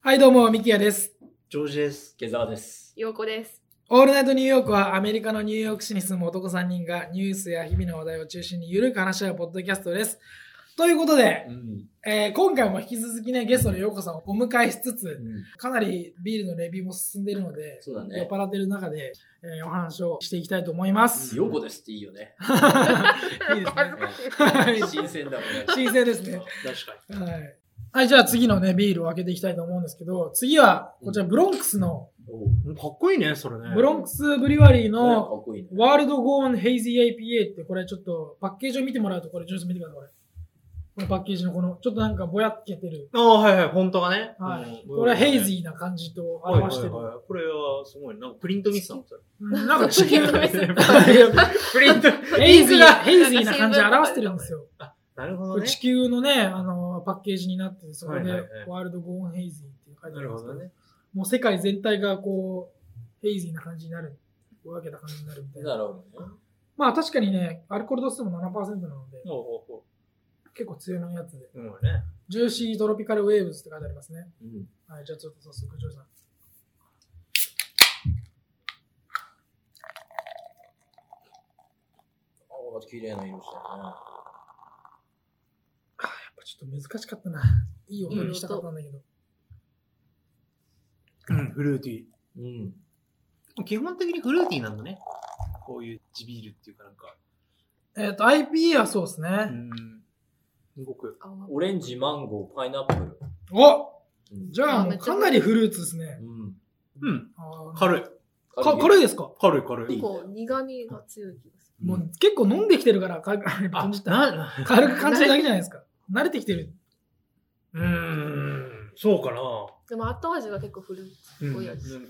はい、どうも、ミキヤです。ジョージです。池澤です。ようこです。オールナイトニューヨークはアメリカのニューヨーク市に住む男3人がニュースや日々の話題を中心にゆるく話し合うポッドキャストです。ということで、うん。えー今回も引き続きね、ゲストのようこさんをお迎えしつつ、かなりビールのレビューも進んでいるので、そうだ酔っね。払ってる中で、えーお話をしていきたいと思います。よこですっていいよね。いいですね。はい 新鮮だもんね。新鮮ですね。確かはい。はい、じゃあ次のね、ビールを開けていきたいと思うんですけど、次は、こちらブロンクスの、に。かっこいいね、それね。ブロンクスブリュワリーおなんのかかっこいいね。ワールドゴーンヘイズ APA ってこれちょっとパッケージを見てもらうとこれジュース見てくださいこれ。このパッケージのこのちょっとなんかぼやっけてる。ああ、はいはい、フォントがね。はい。うんこれはヘイジーな感じとはい表してる。はいはいこれはすごい、なんかプリント見てたのそれうんなん か違う。プリント。ヘイジーが、ヘイジーな感じを表してるんですよ。なるほこどれね。地球のね、あの、パッケージになってて、それではいはいはいワールドゴーンヘイジーって書いてあなるんでるほすけどどね。もう世界全体がこう、ヘイジーな感じになる。ぼやけた感じになるみたいなな。るほどね。まあ確かにね、アルコール度数も7%なので、おうおう結構強めのやつで。おううんね。ジューシートロピカルウェーブズって書いてありますね。うん。はい、じゃあちょっと早速、ジョージさん。あ、また綺麗な色してるね。やっぱちょっと難しかったな。いい音にしたかったんだけど。うん、フルーティうん。ー。基本的にフルーティーなんだね。こういう地ビールっていうかなんか。えっ、と、IPA はそうですね。ん。すごく。オレンジ、マンゴー、パイナップル。おうんじゃあ、もうかなりフルーツですねう。ん。うん。あー軽い。か軽いですか、軽い軽結い。構苦味が強い気がすうんもう結構飲んできてるから、軽く 感じた。な、軽く感じるだけじゃないですか。慣れてきてる。うーん、そうかな。る。でも後味が結構古い。うん、こういなうんかやつ。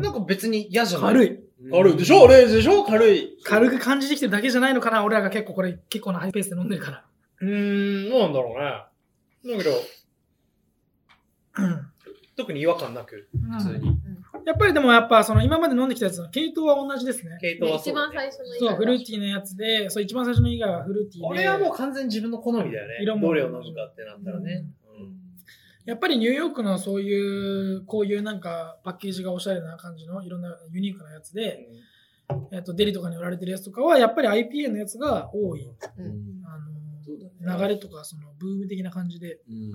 なんか別に嫌じゃない。軽い。うん軽いでしょあれでしょ軽い。軽く感じてきてるだけじゃないのかな俺らが結構これ、結構なハイペースで飲んでるから。うーん、どうなんだろうね。だ けど、うん特に違和感なく、普通に。やっぱりでもやっぱその今まで飲んできたやつの系統は同じですね。系統ねはそ一うだ番ね、最初のそう、フルーチ。ティーなやつで、そう、一番最初の以外はフルーティーで。これはもう完全に自分の好みだよね。色もどれを飲むかってなったらね。うんやっぱりニューヨークのそういう、こういうなんかパッケージがおしゃれな感じのいろんなユニークなやつで、えっと、デリとかに売られてるやつとかは、やっぱり IPA のやつが多い。うんうんそあうだの、ね流れとか、その、ブーム的な感じで。うん。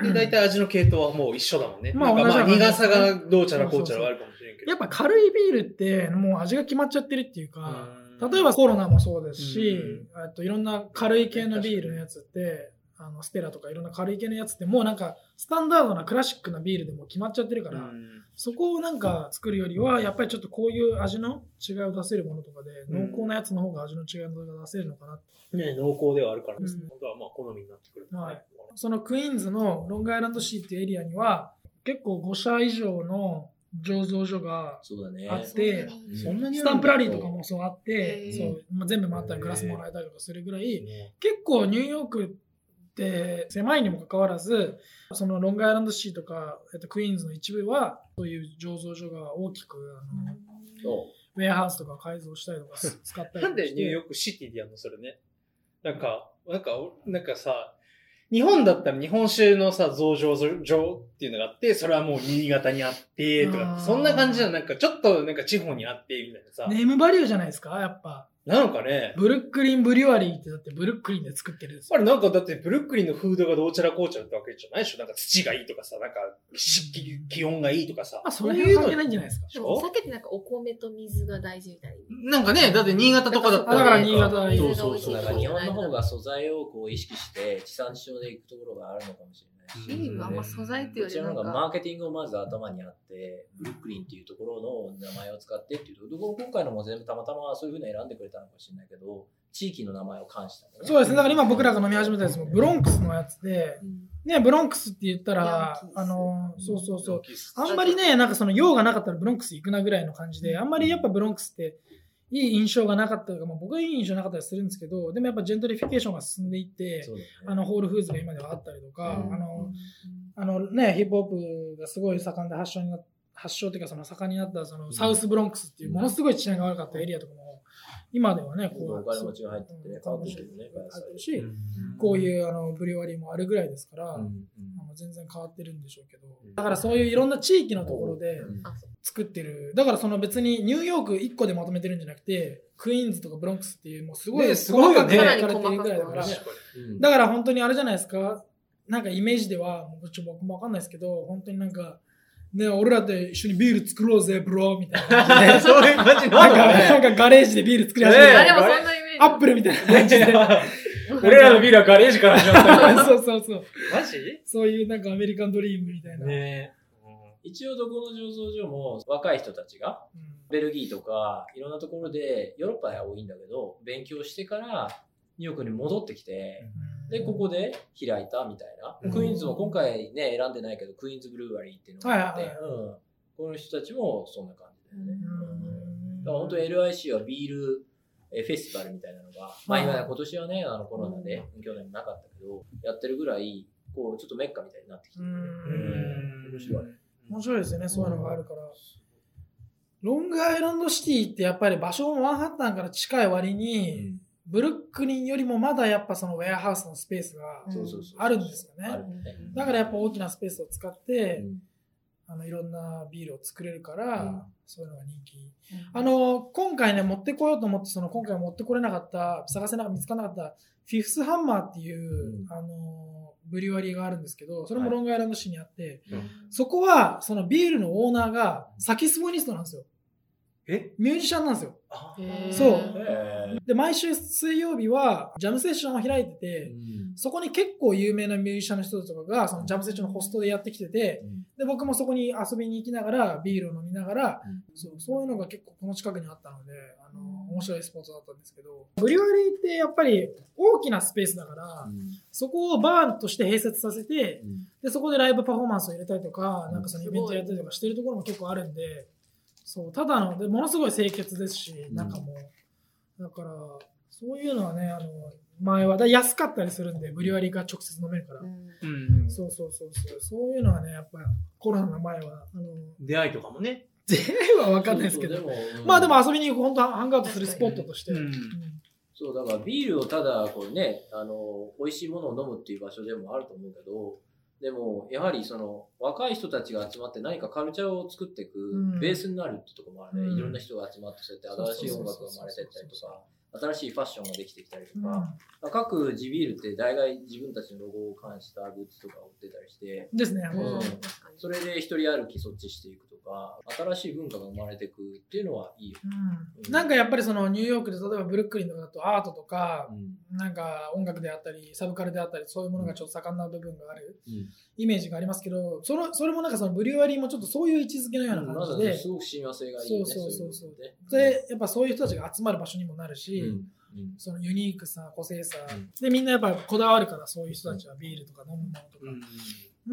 で、大体味の系統はもう一緒だもんね。ままああ、まあ同じだ苦からさがどうちゃらこうちそうそうゃらそうはあるかもしれんけど。やっぱ軽いビールって、もう味が決まっちゃってるっていうか、うん例えば、コロナもそうですしうん、あといろんな軽い系のビールのやつって、あのステラとかいろんな軽い系のやつって、もうなんか、スタンダードなクラシックなビールでもう決まっちゃってるから、うんそこをなんか作るよりは、やっぱりちょっとこういう味の違いを出せるものとかで、うん濃厚なやつの方が味の違いが出せるのかなって。ね、濃厚ではあるからですねうん本当はまあ、好みになってくる、はいそのクイーンズのロングアイランドシーっていうエリアには、結構5社以上の醸造所が、そうだね。あそうなんだうんそんなにスあるんだタンプラリーとかもそうあって、へーそうまあ、全部回ったりグラスもらえたりとかするぐらい、ね結構ニューヨークって狭いにもかかわらず、そのロングアイランドシーとか、えっと、クイーンズの一部は、そういう醸造所が大きく、あの、そウェアハウスとか改造したりとかす使ったりとかしてなんでニューヨークシティでやるのそれね。なんか、なんか、なんかさ、日本だったら日本酒のさ、増上場っていうのがあって、それはもう新潟にあって、とかあっーて、そんな感じじゃん。なんかちょっとなんか地方にあって、みたいなさ。ネームバリューじゃないですかやっぱ。なのかね。ブルックリンブリュワリーってだってブルックリンで作ってるんですあよ。れなんかだってブルックリンのフードがどうちゃらこうちゃらってわけじゃないでしょなんか土がいいとかさ、なんか湿気、気温がいいとかさ。あ、その辺は関係そういうなのいんじゃないですか。でもお酒ってなんかお米と水が大事みたいなな。んかね、だって新潟とかだったあだから新潟だはいいそうそうそうう。だだかからら日日本本の方が素材をこう意識して、地産地消でいくところがあるのかもしれないし。うんビールはあんま素材ってこいうよちりらのな方んがか。マーケティングをまず頭にあって、ブルックリンっていうところの名前を使ってっていうところ、今回のも全部たまたまそういうふうに選んでくれたのかもしれないけど、地域の名前を冠した、ね、そうですね。だから今僕らが飲み始めたやつもブロンクスのやつで、うんね、ブロンクスって言ったヤンらキー、スあの、そうそうそう。う。あんまりね、なんかその用がなかったらブロンクス行くなぐらいの感じで、あんまりやっぱブロンクスっていい印象がなかったというか、まあ僕はいい印象なかったりするんですけど、でもやっぱジェントリフィケーションが進んでいって、そうだねあの、ホールフーズが今ではあったりとか、うんあの、あのね、ヒップホップがすごい盛んで発祥にな発祥というかその盛んになったそのサウスブロンクスっていうものすごい治安が悪かったエリアとかも今ではね、こおう、金持ちが入ってってね、変わってきてるね、変わってるうし、んこういうあのブリュワリーもあるぐらいですから、うんうんあの全然変わってるんでしょうけどうん、だからそういういろんな地域のところでうんあ、そう。作ってる、だからその別にニューヨーク1個でまとめてるんじゃなくて、クイーンズとかブロンクスっていう、もうすごねいすごいよね細かく分かれてるぐらいだから確、かうんだから本当にあれじゃないですか、なんかイメージでは、もうちょっと僕もわかんないですけど、本当になんか、ね、俺らと一緒にビール作ろうぜ、ブローみたいな。に。ねそういう感じななんのか、なねんかガレージでビール作り始めねえあ、た、でもそんなイメージ。アップルみたいな感 じで。俺らのビールはガレージから始まったから。そうそうそう。マジそういうなんかアメリカンドリームみたいな。ね一応どこの醸造所も若い人たちがうんベルギーとかいろんなところでヨーロッパでは多いんだけど勉強してからニューヨークに戻ってきてでここで開いたみたいな、うんクイーンズも今回ね選んでないけどクイーンズブルーワリーっていうのがあって、はいはうんこの人たちもそんな感じだよね、うんだから本当 LIC はビールえーフェスティバルみたいなのが、まあ今や今年はね、あのコロナで、去年もなかったけど、やってるぐらい、こう、ちょっとメッカみたいになってきてる。うん面白い。面白いですよね、そういうのがあるから。ロングアイランドシティってやっぱり場所もワンハッタンから近い割に、ブルックリンよりもまだやっぱそのウェアハウスのスペースがうんそうそうそう。あるんですよねあるねだからやっぱ大きなスペースを使って、うんあのいろんなビールを作れるから、うんそういうのが人気。ああの、今回ね、持ってこようと思って、その今回持ってこれなかった、探せなかった、見つからなかった、フィフスハンマーっていう、うんあの、ブリュワリーがあるんですけど、それはもいロングアイランド市にあって、うんそこは、そのビールのオーナーが、サキスボニストなんですよ。えミュージシャンなんですよ。あへーそうえで、毎週水曜日は、ジャムセッションを開いてて、ーそこに結構有名なミュージシャンの人とかが、そのジャムセッションのホストでやってきてて、で、僕もそこに遊びに行きながら、ビールを飲みながら、うんそうそういうのが結構この近くにあったので、あの、面白いスポーツだったんですけど、ブリュワリーってやっぱり大きなスペースだから、そこをバーとして併設させて、で、そこでライブパフォーマンスを入れたりとかう、んなんかそのイベントやったりとかしてるところも結構あるんで、そう、ただの、で、ものすごい清潔ですし、んなんかもう、だから、そういうのはね、あの、前は、だ安かったりするんで、ブリュワリーが直接飲めるから。うん。そうそうそうそう、そういうのはね、やっぱコロナの前は、あの、出会いとかもね。全はわかんないですけど、そうそう もまあでも遊びに行く、本当ハンガーアウトするスポットとして。うんそう、だからビールをただ、こうね、あの、美味しいものを飲むっていう場所でもあると思うけど、でも、やはりその、若い人たちが集まって何かカルチャーを作っていくうんベースになるってとこもあるね。うんいろんな人が集まって、そうやって新しい音楽が生まれてったりとか、新しいファッションができてきたりとか、まあ各地ビールって大概自分たちのロゴを冠したグッズとかを売ってたりして、ですね、うんうんそれで一人歩きそっちしていくとか、新しい文化が生まれていくっていうのはいいよ。うんなんかやっぱりそのニューヨークで例えばブルックリンとかだとアートとか、なんか音楽であったりサブカルであったりそういうものがちょっと盛んな部分があるイメージがありますけどそれそれもなんかそのブリュワリーもちょっとそういう位置づけのようなま感だじで、ね、すごく親和性がいいよね。そうそうそうそういのねでやっぱそういう人たちが集まる場所にもなるし、うんそのユニークさ個性さ、うんでみんなやっぱこだわるからそういう人たちはビールとか飲むものとか、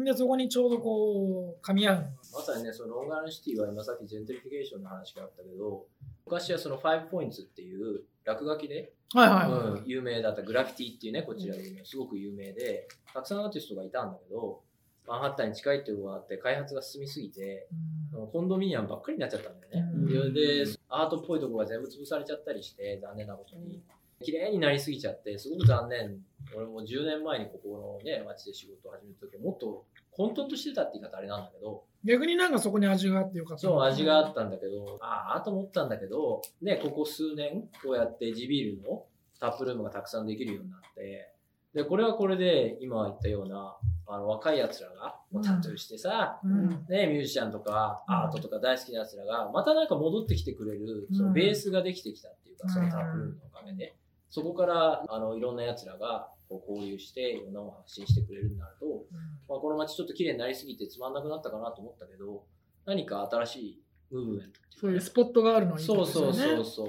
でそこにちょうどこう噛み合うのがまさにね、そのロングアイランドシティは今さっきジェントリフィケーションの話があったけど、昔はその5ポイントっていう落書きで、はいはい、はいうん有名だったグラフィティっていうね、こちらでもすごく有名で、たくさんアーティストがいたんだけど、マンハッタンに近いっていうのがあって、開発が進みすぎて、あのコンドミニアムばっかりになっちゃったんだよね。うんそれで、アートっぽいところが全部潰されちゃったりして、残念なことに。綺麗になりすぎちゃって、すごく残念。俺も10年前にここのね、街で仕事を始めた時はもっと混沌としてたって言い方あれなんだけど、逆になんかそこに味があってよかったそう、味があったんだけど、ああ、と思ったんだけど、ね、ここ数年、こうやって地ビールのタップルームがたくさんできるようになって、で、これはこれで、今言ったような、あの、若い奴らが、もうタトゥーしてさ、うんね、ミュージシャンとか、アートとか大好きな奴らが、またなんか戻ってきてくれる、そのベースができてきたっていうか、そのタップルームのおかげで、そこから、あの、いろんな奴らが、こう交流して、いろんなものを発信してくれるようになると、まあ、この街ちょっと綺麗になりすぎてつまんなくなったかなと思ったけど、何か新しいムーブメントっていそういううかねスポットがあるのはいいそうですそようねそうそ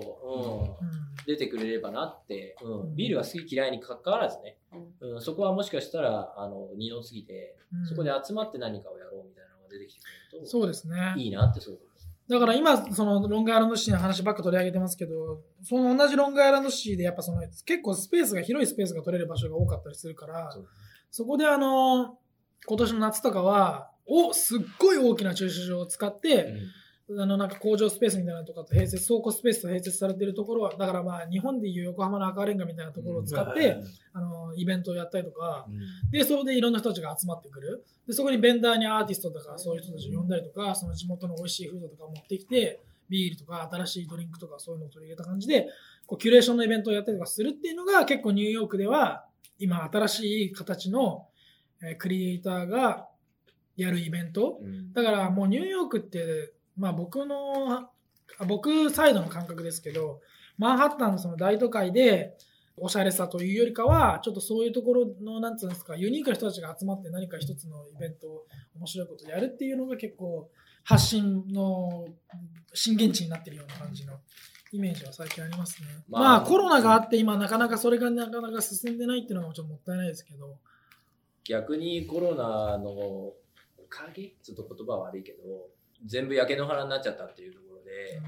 う、う、うんん出てくれればなって、う、うんんビールが好き嫌いにかかわらずね、うん、そこはもしかしたらあの二の次で、そこで集まって何かをやろうみたいなのが出てきてくれると、そうですね。いいなってそう思います。だから今、そのロングアイランドシティの話ばっか取り上げてますけど、その同じロングアイランドシティでやっぱその結構スペースが広いスペースが取れる場所が多かったりするから、そうそこであの、今年の夏とかは、お、すっごい大きな駐車場を使って、あの、なんか工場スペースみたいなのとかと併設、倉庫スペースと併設されてるところは、だからまあ、日本でいう横浜の赤レンガみたいなところを使って、あの、イベントをやったりとか、で、それでいろんな人たちが集まってくる。で、そこにベンダーにアーティストとか、そういう人たちを呼んだりとか、その地元の美味しいフードとかを持ってきて、ビールとか新しいドリンクとかそういうのを取り入れた感じで、こう、キュレーションのイベントをやったりとかするっていうのが、結構ニューヨークでは、今、新しい形の、えークリエイターがやるイベント、だからもうニューヨークって、まあ、僕のあ僕サイドの感覚ですけどマンハッタンのその大都会でおしゃれさというよりかはちょっとそういうところのなんつうんですかユニークな人たちが集まって何か一つのイベントを面白いことをやるっていうのが結構発信の震源地になってるような感じのイメージは最近ありますね。ままああ、コロナがあって今なかなかそれがなかなか進んでないっていうのはちょっともったいないですけど。逆にコロナのおかげちょっと言葉は悪いけど、全部焼け野原になっちゃったっていうところで、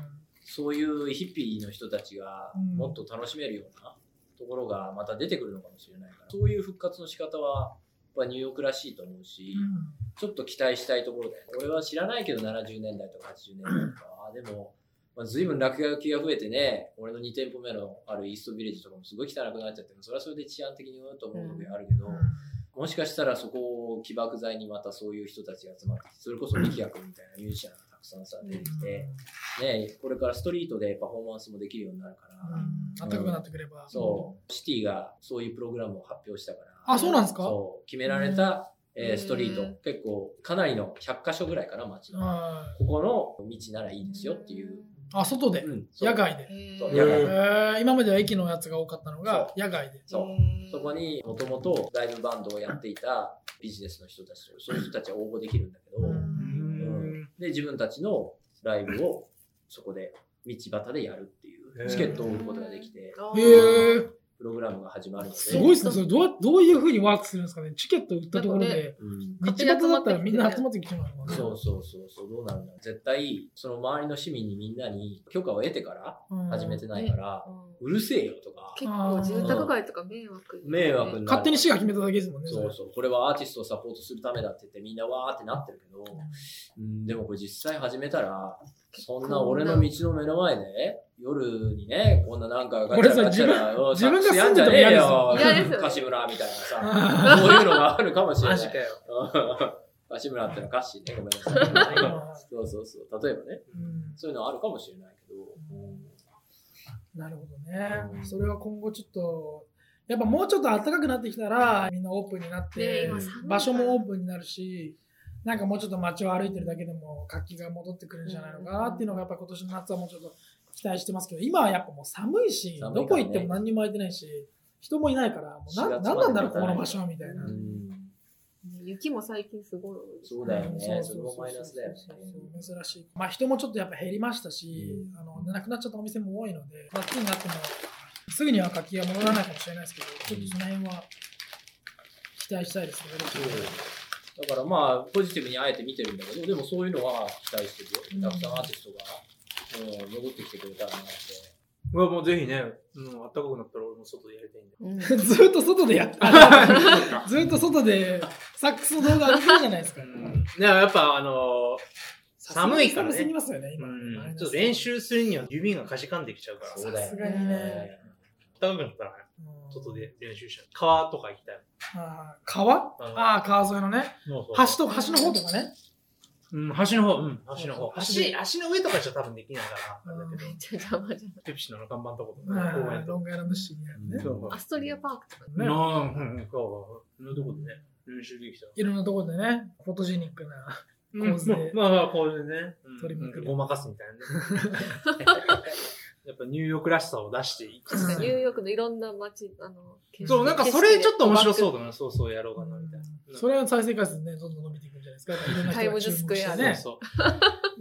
そういうヒッピーの人たちがうんもっと楽しめるようなところがまた出てくるのかもしれないから、そういう復活の仕方は、やっぱニューヨークらしいと思うし、うんちょっと期待したいところだよね。俺は知らないけど70年代とか80年代とか、あーでも、まあ、随分落書きが増えてね、俺の2店舗目のあるイーストビレッジとかもすごい汚くなっちゃって、それはそれで治安的にうんと思う部分あるけど、もしかしたらそこを起爆剤にまたそういう人たちが集まってきて、それこそ力也君みたいなミュージシャンがたくさんさ出てきて、ね、これからストリートでパフォーマンスもできるようになるから、あったかくなってくれば。そう、シティがそういうプログラムを発表したから、あ、そうなんですかそう決められた、えーうんストリート、うん結構かなりの100箇所ぐらいかな、街の。はここの道ならいいですよっていう。いあ、外で、うんそう野外で。へそうー野えう外んー今までは駅のやつが多かったのがそ野外で。そうへーそこにもともとライブバンドをやっていたビジネスの人たちと、そういう人たちは応募できるんだけど、うんうんで、自分たちのライブをそこで道端でやるっていへう、ーチケットを売ることができて、あへーえ、プログラムが始まるので、すごいですね。それどうどういうふうにワークするんですかね。チケット売ったところなんかで、うん道端だったらみんな集まってきちゃうのかな。そうそうそうそう、どうなるんだろう絶対、その周りの市民にみんなに許可を得てからうん始めてないから、うんうるせえよとか、結構住宅街とか迷惑。迷惑になる。勝手に市が決めただけですもんね。そうそそう、これはアーティストをサポートするためだって言ってみんなわーってなってるけど、うん、でもこれ実際始めたら、そんな俺の道の目の前で、夜にね、こんななんかガチャガチャな、こうんれさ自分サックスやんじゃねえよ、自分が住んでたら嫌ですよ柏村みたいなさ、れ こういうのがあるかもしれなマい。ジかよ。うん柏村ってのは歌詞ね、ごめんなさい。 そうそうそう、例えばね。うんそういうのあるかもしれないけど、なるほどね、うんそれは今後ちょっとやっぱもうちょっと暖かくなってきたらみんなオープンになっねて、今寒いから場所もオープンになるしなんかもうちょっと街を歩いてるだけでも活気が戻ってくるんじゃないのかなっていうのがやっぱ今年の夏はもうちょっと期待してますけど今はやっぱもう寒いし寒いからねどこ行っても何にも空いてないし人もいないからもうな4月まで何なんだろう行こかないの場所はみたいな、うん雪も最近すごい多いですそうだよねんそれもマイナスだよねそうそうそう珍しい。まあ人もちょっとやっぱ減りましたし、あの、なくなっちゃったお店も多いので、夏になっても、すぐには活気が戻らないかもしれないですけど、ちょっとその辺は期待したいですね。そうだからまあ、ポジティブにあえて見てるんだけど、でもそういうのは期待してるよ。たくさんアーティストが、うん、戻ってきてくれたらなって。うわ、もうぜひね、うん、暖かくなったら俺も外でやりたいんだ よ。う んずっと外でやった。ずっと外でサックスの動画上げてるじゃないですか。でもやっぱあの 寒いから寒すぎね。ますよね、今。うん、ちょっと練習するには指がかじかんできちゃうからそさう。ださすよがにね。ね。暖かくなったらね、うん外。で練習したい。川とか行きたい。あー川ああ、川沿いのね。そうそう橋と、橋の方とかね。うん、橋の方、うん、橋の方。橋橋、橋の上とかじゃ多分できないから、うんあれだけど、じゃあ邪魔じゃないペプシの看板とことうか、ん公園とロか。ングアイランドシティにあるね。そうアストリアパークとかうねん、うん、うん、そう。のとこでね、練習できたら。いろんなところでね、フォトジェニックな。うん構図でまあまあ、こういうね、取りまくるごまかすみたいなね。 やっぱニューヨークらしさを出していく。なんかニューヨークのいろんな街、あの、景色そう、なんかそれちょっと面白景そうだな。そうそうやろうかな、みたいな。それは再生回数ね、どんどん伸びていくんじゃないですか。いろんな人が注目してタイムズスクエアね。そうそ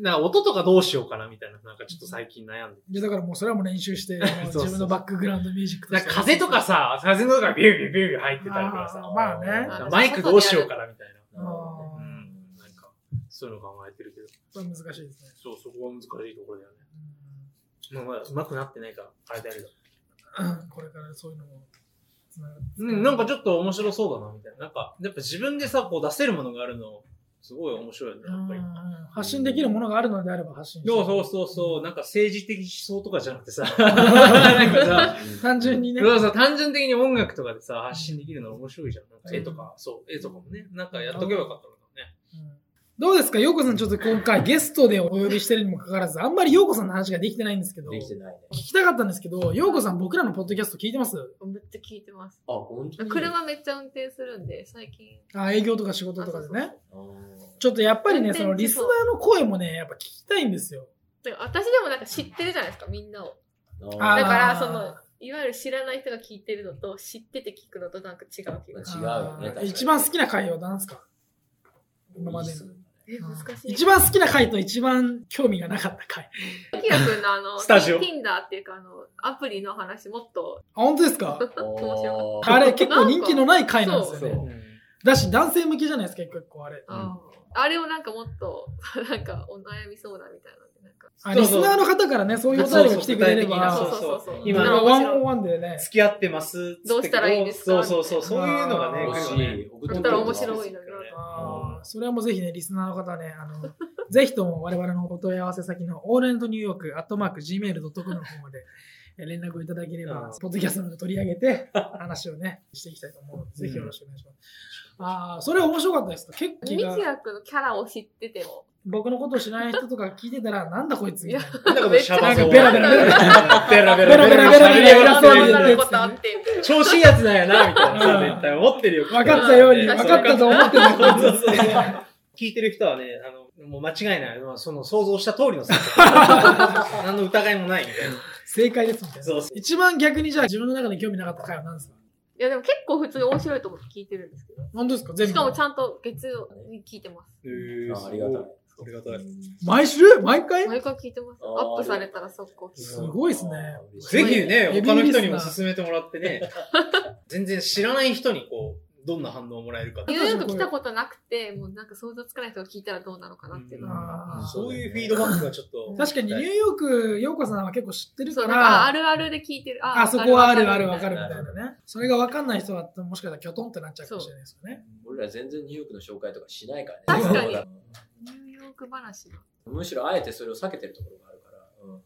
う。なんか音とかどうしようかな、みたいな。なんかちょっと最近悩んで。でだからもうそれはもう練習して、 そうそう自分のバックグラウンドミュージックなんしてか風とか、さ、風の音がビュービュービュービュー入ってたりとかあさー。まあねなんかマイクどうしようかな、みたいな。あーうやん。なんか、そういうの考えてるけど。っぱ難しいですね。そう、そこは難しいところだよね。まあまあ、上手くなってないから、あれだけど。うんこれからそういうのもつながって。うん、なんかちょっと面白そうだな、みたいな。なんか、やっぱ自分でさ、こう出せるものがあるのすごい面白いね、うやっぱり。ん発信できるものがあるのであれば発信してそうそうそうそう、なんか政治的思想とかじゃなくてさ、 なんかさ、単純にね。 そうそう、単純的に音楽とかでさ、発信できるの面白いじゃん。なんか絵とか、そう、絵とかもね、なんかやっとけばよかったのかね。うんどうですか、ようこさん、ちょっと今回ゲストでお呼びしてるにもかかわらず、あんまりようこさんの話ができてないんですけど、できて聞ないね。きたかったんですけど、ようこさん、僕らのポッドキャスト聞いてますめっちゃ聞いてます。あ、本当に。車めっちゃ運転するんで、最近。あ営業とか仕事とかでね。あーちょっとやっぱりね、運転そのリスナーの声もね、やっぱ聞きたいんですよ。だから私でもなんか知ってるじゃないですか、みんなを。あーだから、その、いわゆる知らない人が聞いてるのと、知ってて聞くのとなんか違う気がす違うよねあー確かに一番好きな回は何ですか今までのる。え、難しい。一番好きな回と一番興味がなかった回。きらくんのあの、スタジオ Tinder っていうか、あの、アプリの話もっと、あ、本当ですか面白あれ結構人気のない回なんですよそうねそ。だし、男性向けじゃないですか、結構あれ。あーあれをなんかもっと、 なんかお悩み相談みたいなんで、なんか。あそうリそうスナーの方からね、そういうお便りが来てくれれば、そうそうそうそうそう今今ののワンオンワンでね、付き合ってますっつって。どうしたらいいですかそうそうそう、そういうのがね、あー欲来しるよねい。送だっってたくられ面白いのになと。あーそれはもうぜひね、リスナーの方はね、あの、 ぜひとも我々のお問い合わせ先のオールナイトニューヨーク、アットマーク、gmail.com の方までえ連絡をいただければあ、ーポッドキャストの方取り上げて、話をね、していきたいと思うので、ぜひよろしくお願いします。ああ、それは面白かったです。結み構きらくんのキャラを知ってても、僕のことを知らない人とか聞いてたら、なんだこいつみたいな。なんかこのシャなバそんう。かベラベラベラベベラベベララベベララベラベラベラベラベベララそそんうな言ってことあって、みたいな。調子いいやつなんやな、みたいなさ。うん絶対思ってるよ。分かったように、分か確かっにたと思ってたこいつそうそうそう聞いてる人はね、あの、もう間違いない。まあその想像した通りの作品何の疑いもないみたいな。正解ですみたいな。そうそう。一番逆にじゃあ自分の中で興味なかった回は何ですかいや、でも結構普通に面白いと思って聞いてるんですけど。本当ですか全部。しかもちゃんと月曜に聞いてます。えあありがたい。。ありがたい。毎週毎回毎回聞いてます。あアーップされたら速攻聞すく。ごいですね。ぜひね、エビ他の人にリもスナー勧めてもらってね、 全然知らない人にこう、どんな反応をもらえるか。ニューヨーク来たことなくて、もうなんか想像つかない人が聞いたらどうなのかなっていうのは。あーそういうフィードバックがちょっと。確かにニューヨーク、ようこさんは結構知ってるそかう、なんかあら、るあるで聞いてる。あそこはあるあるわわかるみわたかいるなね。それがわかんない人は、もしかしたらキョトンってなっちゃうかもしれないですよね。 俺ら全然ニューヨークの紹介とかしないからね。確かにニューヨーク話の。むしろあえてそれを避けてるところがあるから、うん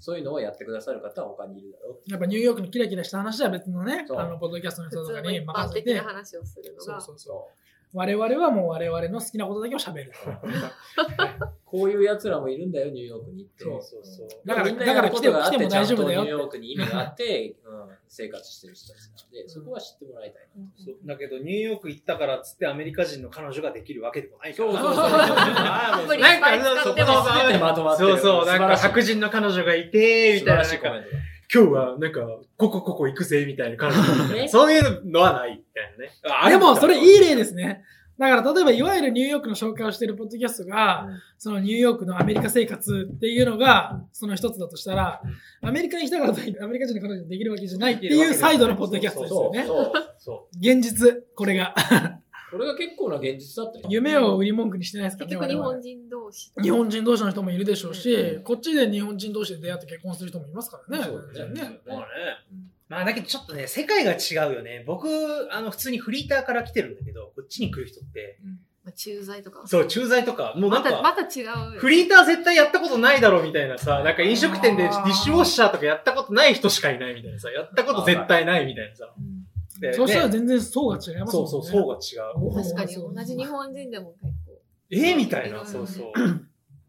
そういうのをやってくださる方は他にいるだろう。やっぱニューヨークのキラキラした話は別のね、そうあの、ポッドキャストの人普と通かのに一般任せ的てな、話をするのそうが。そうそう。そ我々はもう我々の好きなことだけを喋る。うこういう奴らもいるんだよ、ニューヨークにって。そうそうそうだからみんなやることがあっだから来てて、もちゃ大ん丈と夫だよってニューヨークに意味があって、うん生活してる人たちなので、そこは知ってもらいたいな。そうだけど、ニューヨーク行ったからっつってアメリカ人の彼女ができるわけでもないから。そうそうそうあーもうアプリいっぱいなんか使そっこてのます全てまとまってるそうそう、なんか白人の彼女がいて、み素晴たいらな。しないんコメかント今日はなんか、ここここ行くぜ、みたいな感だじ。ね。そういうのはない、みたいなね。あでも、それいいい例ですね。だから、例えば、いわゆるニューヨークの紹介をしているポッドキャストが、うんそのニューヨークのアメリカ生活っていうのが、その一つだとしたら、アメリカに来たからといって、アメリカ人の彼女にできるわけじゃないっていうサイドのポッドキャストですよそうね。そう。そ現実、これが。これが結構な現実だったよ。夢を売り文句にしてないですか結ね。局日我本々人同士。日本人同士の人もいるでしょうしう、んこっちで日本人同士で出会って結婚する人もいますからね。そうだ全ね然ねう。まあね。うんまあだけどちょっとね、世界が違うよね。僕、あの、普通にフリーターから来てるんだけど、こっちに来る人って、まあ駐在とか。そう、駐在とか、もうなまんか、た、また違う。フリーター絶対やったことないだろうみたいなさ、なんか飲食店でディッシュウォッシャーとかやったことない人しかいないみたいなさ、やったこと絶対ないみたいなさ。でそうしたらね全然層が違いますもんね。そうそう、層が違う。確かに同じ日本人でも結構。えーみたいな、そそううそそうう。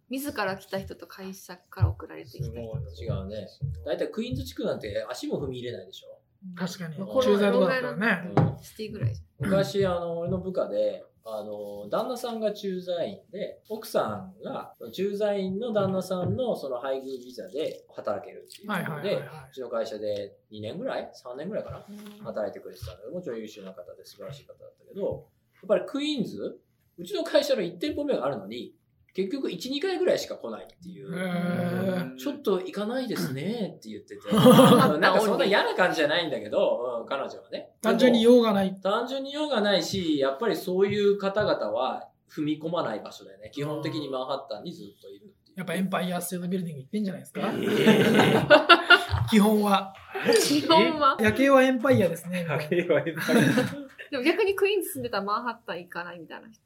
自ら来た人と会社から送られてきた人。違うね。大体クイーンズ地区なんて足も踏み入れないでしょ。確かにまあこ。れ駐在とかだったらね。うんシティぐらいじ昔、あの、俺の部下で、あの、旦那さんが駐在員で、奥さんが、駐在員の旦那さんのその配偶ビザで働けるっていうはいこはといはいはで、いうちの会社で2年ぐらい ?3 年ぐらいかなゃん。働いてくれてたんだけど、もちろん優秀な方で素晴らしい方だったけど、やっぱりクイーンズ、うちの会社の1店舗目があるのに、結局1、2回ぐらいしか来ないっていへう。ーちょっと行かないですねって言って て、んなんかそんな嫌な感じじゃないんだけど、うん彼女はね。単純に用がない。単純に用がないし、やっぱりそういう方々は踏み込まない場所だよね。基本的にマンハッタンにずっといるっていう。やっぱエンパイアステートビルディング行ってんじゃないですかえ 基本は。基本は。夜景はエンパイアですね。ー。でも逆にクイーンズ住んでたらマンハッタン行かないみたいな人。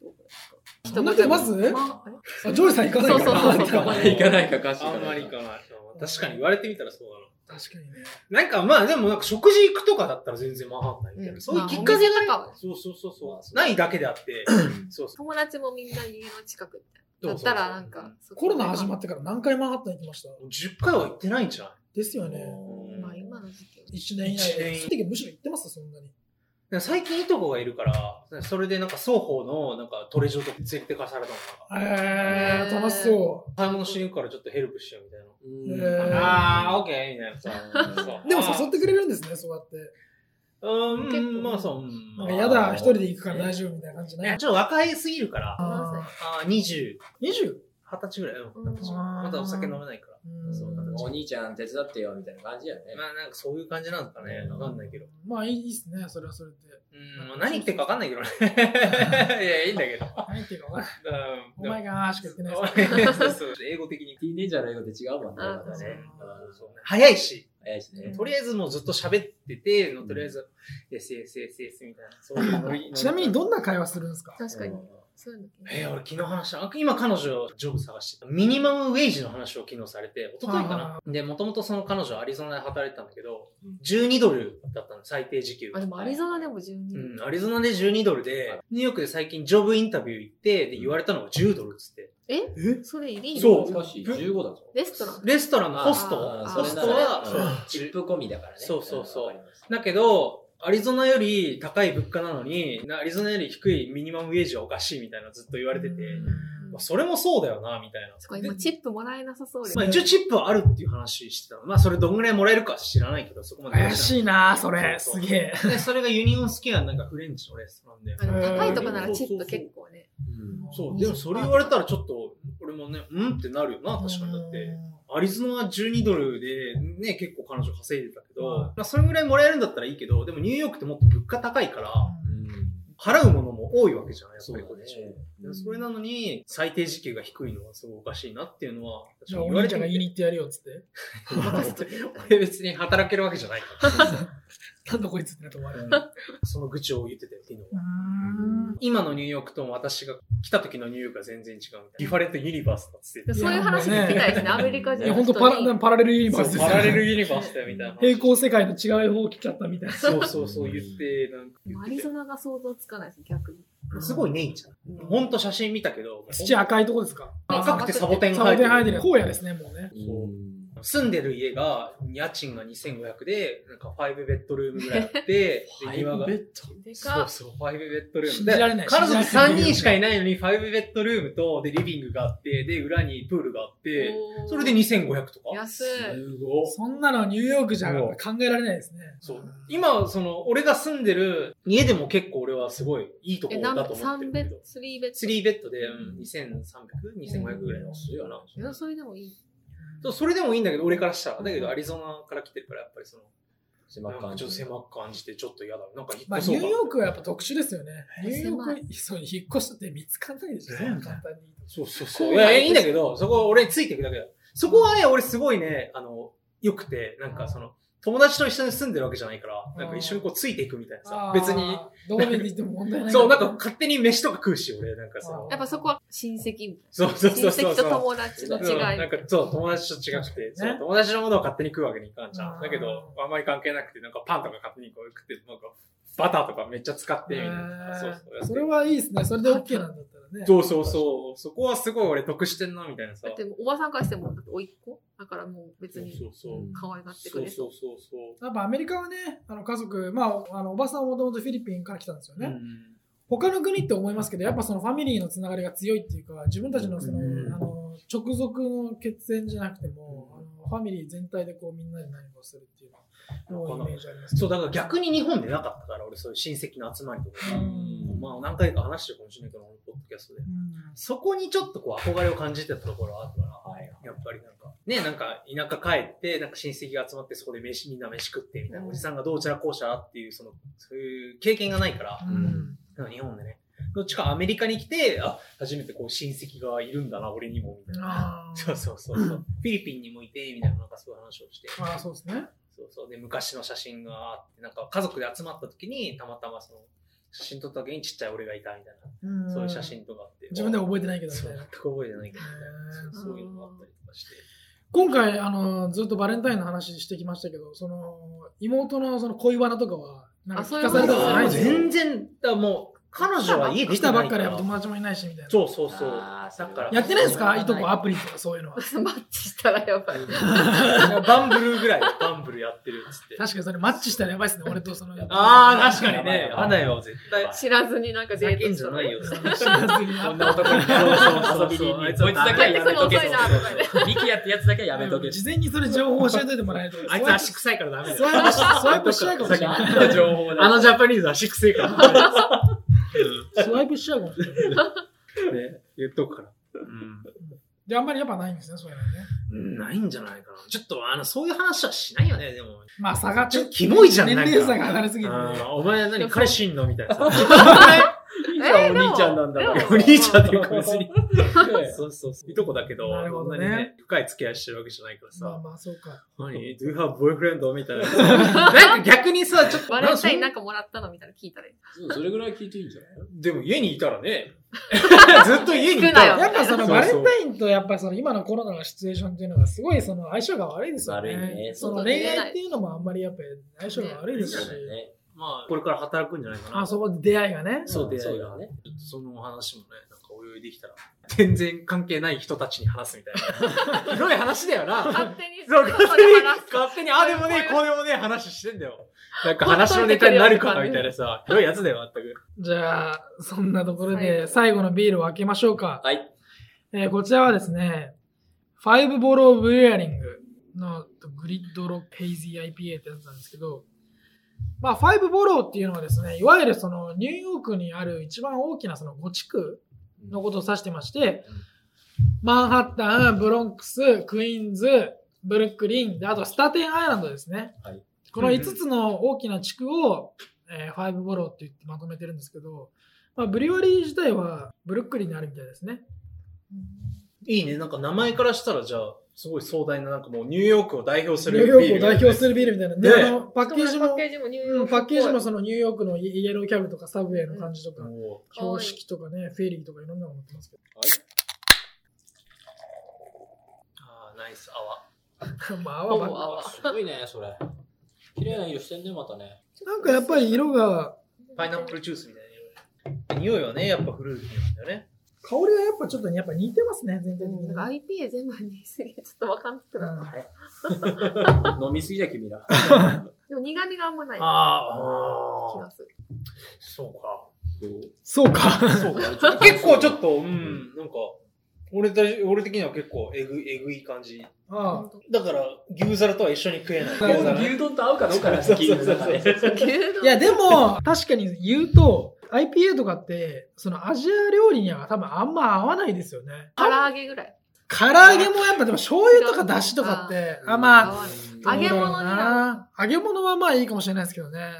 そんな人いますマンあれあジョージさん行かないからそうそうそう確か行かないか歌詞あんまり行かない。確かに言われてみたらそうにね。だな。なんかまあでもなんか食事行くとかだったら全然マンハッタン行ける。うんそういうきっかけがまあお店とかな。はいそうそうそうまあそ。そううないだけであって。そうそう。友達もみんな家の近くみたいそうそうな。だっそうたらなんか、コロナ始まっってから何回マンハッタン行きました10回は行ってないんじゃないですよね。うんまあ今の時期は。 1年以内一年で。その時むしろ行ってますそんなに。なんか最近いとこがいるから、それでなんか双方のなんかトレジョとか連れてかされたのかえー、楽しそな。買い物しに行くからちょっとヘルプしようみたいな。う。えあーあー、オッケーみたいなさ。そうでも誘ってくれるんですね、そうやって。うんう結構ん、まあそう。うんなんかやだ、一人で行くから大丈夫みたいな感じいやね。ちょっと若いすぎるから、ああー20、ー 20? 二十歳ぐらい。うんうんまだお酒飲めないから。うんそうだからお兄ちゃん手伝ってよみたいな感じやね。まあなんかそういう感じなんですかね。わかんないけど。まあいいっすね、それはそれで。うん、まあ、何言ってるかわかんないけどね。 いや、いいんだけど。何言って るか分からないうんお前がーしか言ってないですそうそう英語的に。ティーネイジャーの英語って違うもんね。あまたねうんそうね早いし。早いしね。とりあえずもうずっと喋ってて、のとりあえず、S、S、S、S みたいな。そういう ノ リちなみにどんな会話するんですか確かにう。んそういうの。えー、俺昨日話した。あ今彼女、ジョブ探してた。ミニマムウェイジの話を昨日されて、一昨日はかいはいな。で、もともとその彼女はアリゾナで働いてたんだけどうん、 12ドルだったの、最低時給あ、。でもアリゾナでもう12。ん、アリゾナで12ドルで、ニューヨークで最近ジョブインタビュー行って、で、言われたのが10ドルっつって。それいいそう懐かしい。15だぞ。レストラン。レストランのホストあーホストは、それならそうチップ込みだからね。そうそうそうんわかりますだけど、アリゾナより高い物価なのに、なアリゾナより低いミニマムウェージはおかしいみたいなのずっと言われてて、うんまあ、それもそうだよな、みたいな。そこで今チップもらえなさそうですまあ、一応チップはあるっていう話してたの。まあ、それどんぐらいもらえるか知らないけど、そこまで。怪しいなー、それ。そうそすうげえ。で、それがユニオンスケアのなんかフレンチのレストランで。あでも高いとこならチップ結構ね。うんそう、でもそれ言われたらちょっと、俺もね、うんってなるよな、確かに。だって、アリゾナは12ドルで、ね、結構彼女稼いでたけど、はいまあ、それぐらいもらえるんだったらいいけど、でもニューヨークってもっと物価高いから、うん払うものも多いわけじゃない、やっそぱうりだこれ。ね。でそれなのに、最低時給が低いのはすごいおかしいなっていうのは、じゃあ、お兄ちゃんが言いに行ってやるよっつ って。俺別に働けるわけじゃない から。なんだこいつってなと思われる。その愚痴を言ってたよ、昨日うーん今のニューヨークと私が来た時のニューヨークは全然違うみたいな。ディファレントユニバースだっつってでもそういう話聞きたいですね。アメリカい人や、のほん人とパラに。パラレルユニバた。ースですパよラレね。ルユニバースだよみたいな。平行世界の違う方を来ちゃったみたいな。そうそうそう言って、なんかでもア言っリてゾナが想像つかないです、逆に。て。すごいね、いちゃん。ほんと写真見たけど、土赤いとこですか赤くてサボテンサボテン生え生えててる。る。荒野ですね、もうね。うん住んでる家が、家賃が2500で、なんか5ベッドルームぐらいあ って、で庭が。でそうかそう、5ベッドルーム。信じられないで家族信じられな3い人しかいないのに、5ベッドルームと、で、リビングがあって、で、裏にプールがあって、おーそれで2500とか。安い。ごいそんなのニューヨークじゃそ考うえられないですね。そう。今、その、俺が住んでる家でも結構俺はすごいいいとこえ、ろだ何とベ思ってるけ3ベどッド、。3ベッド。 3ベッドで、うん、2300?2500 ぐらいの。安いよな。いや、それでもいい。そうそれでもいいんだけど、俺からしたら。だけど、アリゾナから来てるから、やっぱりその、狭くなん感かちじょっると狭く感じて、ちょっと嫌だ。なんか引っまあ、越ニュそうーかなヨークはやっぱ特殊ですよね。えニューヨ狭ーク、そう引っ越したって見つかんないでしょ、ねそんな簡単に。そうそうそこういう。いうのや、いいんだけど、そこ俺ついていくだけだ。そこはね、俺すごいね、あの、良くて、なんかその、友達と一緒に住んでるわけじゃないから、なんか一緒にこうついていくみたいなあ、さー別に。。どこに行っても問題ない。そう、なんか、勝手に飯とか食うし、俺、なんかそあのー。やっぱそこは親戚みそうそたういそうな。そ親う。戚と友達の違うんい。なんか、そう、友達と違くて、そう、友達のものを勝手に食うわけにいかんじゃうんん。だけど、あんまり関係なくて、なんかパンとか勝手にこう食って、なんか、バターとかめっちゃ使って、みたいな。へそうーそう。それはいいですね。それで OK なんだったらね。そうそうそう。そこはすごい俺得してんな、みたいなさ。だってもうおばさんからしても、だって甥っ子だからもう別そうにそうそう。可愛がってくれそそうそうそうやっぱアメリカはね、あの家族、まあ、あのおばさんはもともとフィリピンから来たんですよそう。ね、他の国って思いますけど、やっぱそのファミリーのつながりが強いっていうか、自分たちのその、うんあの直属の血縁じゃなくても、あのファミリー全体でこうみんなで何かをするっていうのが多いイメージありますね、そう、だから逆に日本でなかったから、俺そういう親戚の集まりとかうが、んまあ何回か話してるかもしれないけど、このポッドキャストで。うんそこにちょっとこう憧れを感じてたところがあったから、はいやっぱりなんか、ね、なんか田舎帰って、なんか親戚が集まってそこで飯、みんな飯食ってみたいな、うんおじさんがどうちゃらこうちゃらっていう、その、そういう経験がないから、うんなんか日本でね。どっちかアメリカに来て、あ、初めてこう親戚がいるんだな、俺にも、みたいな。あそうそうそうそう。フィリピンにもいて、みたいな、なんかそういう話をして。あ、まあそうですね。そうそう。で、昔の写真があって、なんか家族で集まった時に、たまたまその、写真撮った時にちっちゃい俺がいたみたいうんな、そういう写真とかあって。自分では覚えてないけどみそたいうな全く覚えてないけどみたいへなーそうそういうのがあったりとかして。今回あのずっとバレンタインの話してきましたけどその妹のその恋バナとかはなんかあそう聞いうかこさとれたことないあんですよ全然、だからもう、彼女は家出来てたばなっいかからら。やっぱ友達もいないしみたいなそうそうそう。あーそれはだからやってないですかそういとこアプリとかそういうのは マッチしたらやばい。 バンブルーぐらい、バンブルやってるっつって。確かにそれマッチしたらやばいっすね俺とそのああ、確かにね。花屋は絶対。知らずになんかデふざーけトんしじたゃ らないよ。知らずにこ んな男にそうそうそう遊びに行くあいつこいつだけはやめとけ 帰ってくるの遅いなとそうミキヤってやつだけはやめとけ事前にそれ情報教えといてもらえるとあいつ足臭いからダメだスワよ。イプしスワイプしちゃうかもしれさっなきい言った情報だ あのジャパニーズは足臭いからダメだよ。スワイプしちゃうかもしれないね、言っとくから。であんまりやっぱないんですねそういうのねうんないんじゃないかな。ちょっと、あの、そういう話はしないよね、でも。まあ下がっちちょゃっとキモいじゃん、年なんか齢差が上がりすぎてねうんお前何、彼死んのみたいな さ。いいじゃえんーお兄ちゃんなんだからでもお兄ちゃんってでいうか別に。そうそうそう。いとこだけど、なるそほんどなねにね、深い付き合いしてるわけじゃないかまらあさ。まあそうか何何 ?Do you have boyfriend? みたいな。 なんか逆にさ、ちょっと。バレンタインなんかもらったのみたいなの聞いたらいい。そうそれぐらい聞いていいんじゃないでも家にいたらね。ずっと家にい聞くなたよら。 やっぱそそうのそうバレンタインとやっぱその今のコロナのシチュエーションっていうのがすごいその相性が悪いですよね。悪いねその恋愛っていうのもあんまりやっぱり相性が悪いですそうし、だよね。まあ、これから働くんじゃないかな。あそこで出会いがね。そう、出そ会ういだがねね。ちょっとそのお話もね、なんかおいおいできたら。全然関係ない人たちに話すみたいな。 広い話だよな。勝手に、そう、勝手に、勝手に、ああででももねね、こうでもね、話してんだよ。なんか話のネタになるか、みたいなさ、ひどいやつだよ、全く。じゃあ、そんなところで最後のビールを開けましょうか。はい。えーこちらはですね、ファイブボローブレアリングのグリッドロペイジー IPA ってやつなんですけど、まあ、ファイブボローっていうのはですね、いわゆるそのニューヨークにある一番大きなその5地区のことを指してまして、マンハッタン、ブロンクス、クイーンズ、ブルックリン、であとスタテンアイランドですね。はいこの5つの大きな地区を、えーファイブボローって言ってまとめてるんですけど、まあ、ブリュワリー自体はブルックリンにあるみたいですね。いいね。なんか名前からしたら、じゃあ、すごい壮大な、なんかもうニューヨークを代表すニるューヨークを代表る。するビールみたいな。ねね、あのパッケージパもッケ、ージもニューうヨーん、クパッケージもそのニューヨークのイイエローキャブとかサブウェイの感じとか、もう標識とかね、フェリーとかいろんなの持ってますけああ、ナイス、泡。ど。 まあ、泡ばっかおーすごいね、それ。綺麗な色してんね、またね。なんかやっぱり色が、パイナップルジュースみたいな色。匂いはね、やっぱフルーティーなんだよね。香りがやっぱちょっとねやっぱ似てますね、全体的に。なんか IPA 全部にすぎてちょっとわかんなくなる。うん飲みすぎだ、君ら。でも苦味があんまない気ああ、がする。そうか。そうか。そうか。結構ちょっと、うん、なんか、俺たち俺的には結構えぐえぐい感じ。ああだから、牛皿とは一緒に食えない。なるほどね牛丼と合うかどうかな、スキーの中で。いや、でも、確かに言うと、IPA とかって、そのアジア料理には多分あんま合わないですよね。唐揚げぐらい。唐揚げもやっぱでも醤油とか出汁とかって、あ、まあ、合わないどうだろう揚げ物にな揚げ物はまあいいかもしれないですけどね。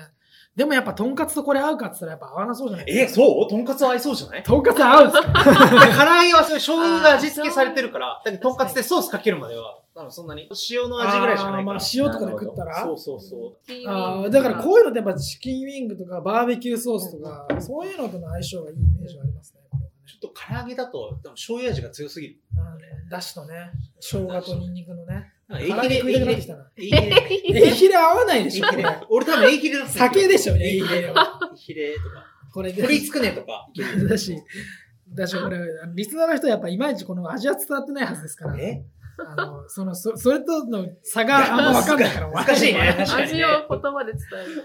でもやっぱとんかつとこれ合うかって言ったらやっぱ合わなそうじゃないえ、そうとんかつは合いそうじゃないとんかつ合うんですか唐揚げはそれ醤油が味付けされてるから、だけどとんかつでソースかけるまでは、多分そんなに塩の味ぐらいしかあないかーまあら。塩とかで食ったらそうそうそキあウーイだからこういうのってやっぱチキンウィングとかバーベキューソースとか、そういうのとの相性がいいイメージがありますね。う。ちょっと唐揚げだと、多分醤油味が強すぎる。うん、だしとね、生姜とニンニクのね。なん唐か揚げえ食いたくなってきたな。いひれ。えひれ合わないでしょ、これ。俺多分えいひれだった酒でしょ、ええいひひれれとは。か。えいひれとか。これで。鶏つくねとか。だし、だし、これ、リスナーの人はやっぱいまいちこの味は伝わってないはずですから。えあの、その、そそれとの差があんま分かんないから、難しいね。確かにね味。を言葉で伝える。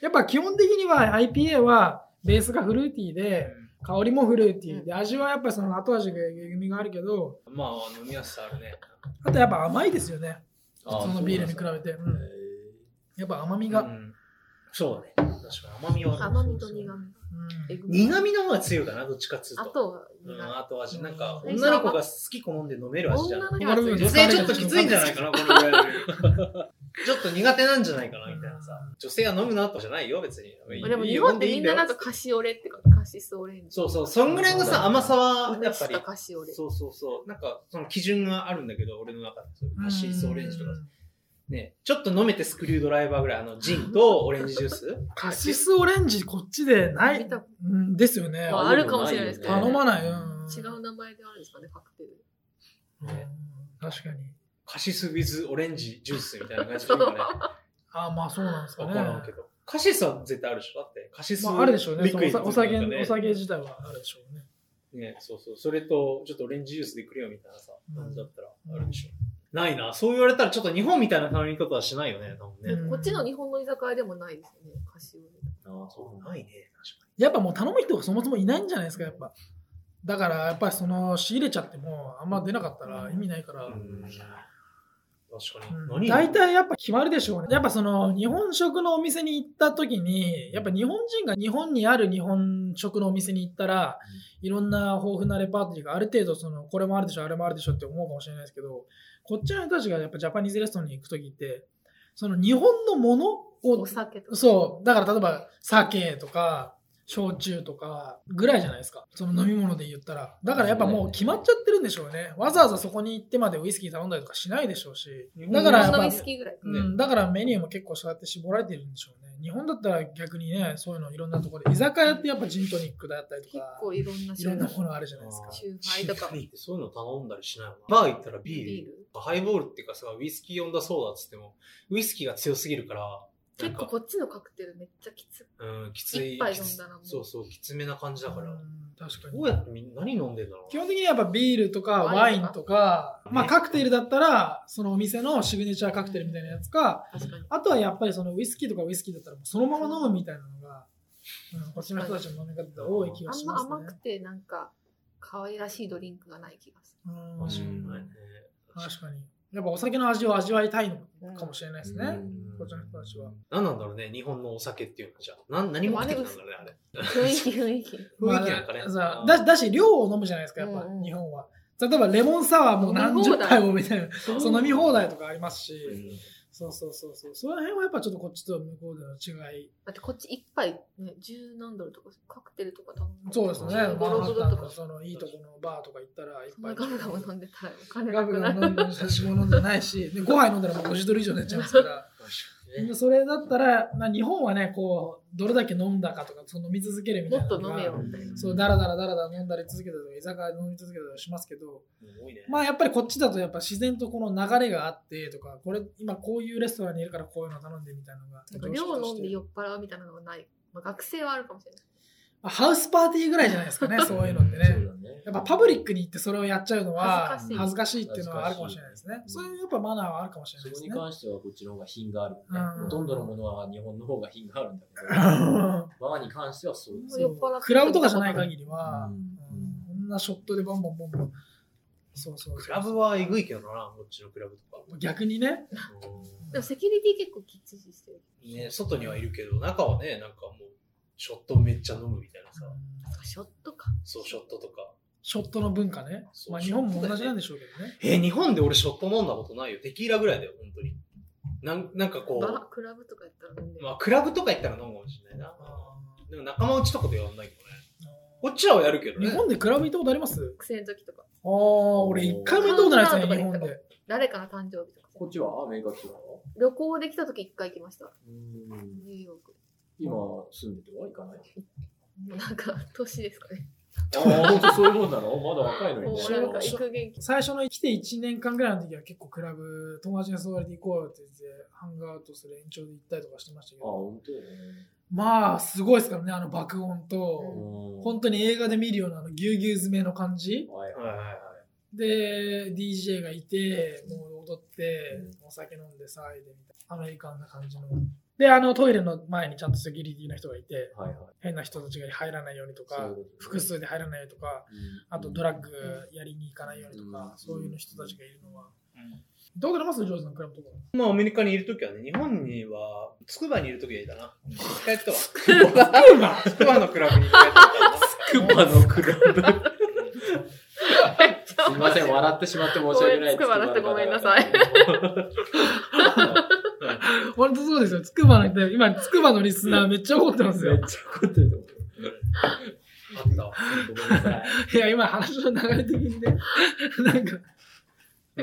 やっぱ基本的には IPA はベースがフルーティーで、香りもフルーティーで、味はやっぱりその後味がえぐみがあるけど、まあ、飲みやすさあるね。あとやっぱ甘いですよね。あ普通のビールに比べて。うんやっぱ甘みうが。んそうだね。確かに甘みはある甘みと苦味。えうんぐみ。苦味の方が強いかな、どっちかっつうと。あとはう苦ん、味。後味。なんか、うん女の子が好き好んで飲める味じゃない女の子が好き女性ちょっときついんじゃないかな、このぐらい。 ちょっと苦手なんじゃないかな、みたいなさ。女性が飲むなとかじゃないよ、別に。でも日本ってみんななんかカシオレってか、カシスオレンジ。そうそう、そんぐらいのさ、甘さは、や梅っぱ酒りと。カシオレ。そうそうそう。なんか、その基準があるんだけど、俺の中で。そういうカシスオレンジとか。ね、ちょっと飲めてスクリュードライバーぐらい、あの、ジンとオレンジジュースカシスオレンジこっちでな見いたこうんですよねと。はあるかもしれないですけど、頼ね、まない。うん、違う名前であるんですかね、カクテル。うん確かに。カシスウィズオレンジジュースみたいな感じでいいのかね。あまあそうなんですかわね。からんけど。カシスは絶対あるでしょだって、カシスまあ、あるでしょうね。リそクのイおさドとおか酒、ねお酒自体はあるでしょうね。ね、そうそう。それと、ちょっとオレンジジュースでくれよみたいなさ、うん感じだったらあるでしょ。ないな。そう言われたらちょっと日本みたいな頼み方はしないよね、多分ね。うんこっちの日本の居酒屋でもないですよね、カシオレああ、そそううなんだないね、やっぱもう頼む人がそもそもいないんじゃないですか、やっぱ。だから、やっぱりその、仕入れちゃっても、あんま出なかったら意味ないから。確かに。うん。確かに。うん何大体やっぱ決まるでしょうね。やっぱその日本食のお店に行った時に、やっぱ日本人が日本にある日本食のお店に行ったら、いろんな豊富なレパートリーがある程度その、これもあるでしょ、あれもあるでしょって思うかもしれないですけど、こっちの人たちがやっぱジャパニーズレストランに行く時って、その日本のものンおを、酒とか。そう、だから例えば酒とか、焼酎とかぐらいじゃないですか。その飲み物で言ったら。だからやっぱもう決まっちゃってるんでしょうね。わざわざそこに行ってまでウイスキー頼んだりとかしないでしょうし。だからや日っ本のぱウイ、スキーぐらい。うねん、だからメニューも結構そうやって絞られてるんでしょうね。日本だったら逆にね、そういうのいろんなところで、居酒屋ってやっぱジントニックだったりと結か、構いろんない種ろん類なものあるじゃないですか。チューハイとかビールってそういうの頼んだりしないもんな。バー行ったらビール。ビールハイボールっていうかさ、ウイスキー呼んだそうだっつっても、ウイスキーが強すぎるから、結構なんこっちのカクテルめっちゃきつか、うん、きつい。一杯飲んだらもうきつそうそう、きつめな感じだから。うんど確かうに。やってみん何飲んでんだろう基本的にやっぱビールとかワワイインンととか、まあねカクテルだったら、そのお店のシグネチャーカクテルみたいなやつか、確かに。あとはやっぱりそのウイスキーとかウイスキーだったらもうそのまま飲むみたいなのが、うん、こっちの人たちの飲み方が多い気があしんまます甘ねく。てなんか可愛らしいドリンクがない気がすうん確かにね。確かに。やっぱお酒の味を味わいたいのかもしれないですね。うんこっちの人たちは。何なんだろうね、日本のお酒っていうのはじゃあ。なん何目的なんだろうね、あ れ。る。雰囲気雰囲気。雰囲気なんかねまあさうんだだし、量を飲むじゃないですか、やっぱ、うんうん日本は。例えば、レモンサワーも何十杯もみたいな、そう飲み放題とかありますし、そうそうそうそう、その辺はやっぱちょっとこっちと向こうでの違い、だってこっち一杯ね、十何ドルとか、カクテルとか頼む。そうですね、 15、マンハ6ッドタルンとのか。そのいいとこのバーとか行ったら、いっそんぱ。ないガムガム飲んでたらお金ガなブくガなブる。飲んでるし、も飲んでないし、でご飯飲んだらもう50ドル以上になっちゃいますから。ねそれだったら、まあ、日本はね、こう、どれだけ飲んだかとか、その飲み続けるみたもいなっのが。と飲めよみたいな。そう、だらだらだらだら飲んだり続けたりとか、居酒屋で飲み続けたりしますけど、多いね。まあやっぱりこっちだとやっぱ自然とこの流れがあってとか、これ今こういうレストランにいるからこういうの頼んでみたいなのがなんか。量飲んで酔っ払うみたいなのがない。まあ、学生はあるかもしれない。まあハウスパーティーぐらいじゃないですかね、そういうのってそうね。だね。やっぱパブリックに行ってそれをやっちゃうのは恥ずかしい恥ずかしいっていうのはあるかもしれないですね。恥ずそかしいういうやっぱマナーはあるかもしれなそいでこすにね。関してはこっちの方が品があるよね、うんほとんどのものは日本の方が品があるんだけど、バーに関してはそうです。そ酔っ払うってるクラブとかじゃない限りは、うんうんこんなショットでバンバンバンバン。そうそうそうクラブはえぐいけどな、こっちのクラブとか。逆にね、でもセキュリティ結構きっちりしてる。ね、外にはいるけど、中はね、なんかもう、ショットめっちゃ飲むみたいなさ、なんかショットか。そう、ショットとか。ショットの文化ね。そうまあ日本も同じなんでしょうけどね。えー日本で俺ショット飲んだことないよ。テキーラぐらいだよ、本当に。なんなんかこバーう、クラブとかやったら飲んでる。まあ、クラブとか行ったら飲むかもしれないな。でも仲間内とかではやんないけどね。あこっちらはやるけどー日ね。本でクラブ行ったことあります学生の時とか。ああ、俺一回も行ったことないですね、日本で。誰かの誕生日とか。こっちはアメリカ来たの旅行できた時一回行きました。ニューヨーク。今住んでては行かない。もうなんか、 年ですかね。ああ、本当そういうもんな のまだ若いのもにうね。なんか行く元気。最初の来て1年間ぐらいの時は結構クラブ、友達に誘われて行こうよって言って、ハングアウトする延長で行ったりとかしてましたけああ、ど、本当よね。まあ、すごいですからね、あの爆音と、本当に映画で見るようなあのぎゅうぎゅう詰めの感じ。はいはいはいはい。で、DJ がいて、もう踊って、お酒飲んで騒いでみたいな、アメリカンな感じの。で、あのトイレの前にちゃんとセキュリティの人がいて、はいはい。変な人たちが入らないようにとか、複数で入らないようにとか、あとドララッグやりに行かないようにとか、うんそういうの人たちがいるのは。うんどうなりますジョージさん、クラブとか。まあ、アメリカにいるときはね、日本には、つくばにいるときはいたな。一回やったわ。つくばのクラブに一回やったクマのクラブ。めっちゃすみ面白まいせん、笑ってしまって申し訳ない。ごめんつくばだったごめんなさい 本当そうですよ。つくばの人、今、つくばのリスナーめっちゃ怒ってますめっよ。ちゃ怒ってると思う。わ。あったわ。ごめんなさい。 いや、今話の流れ的にね、なんか、で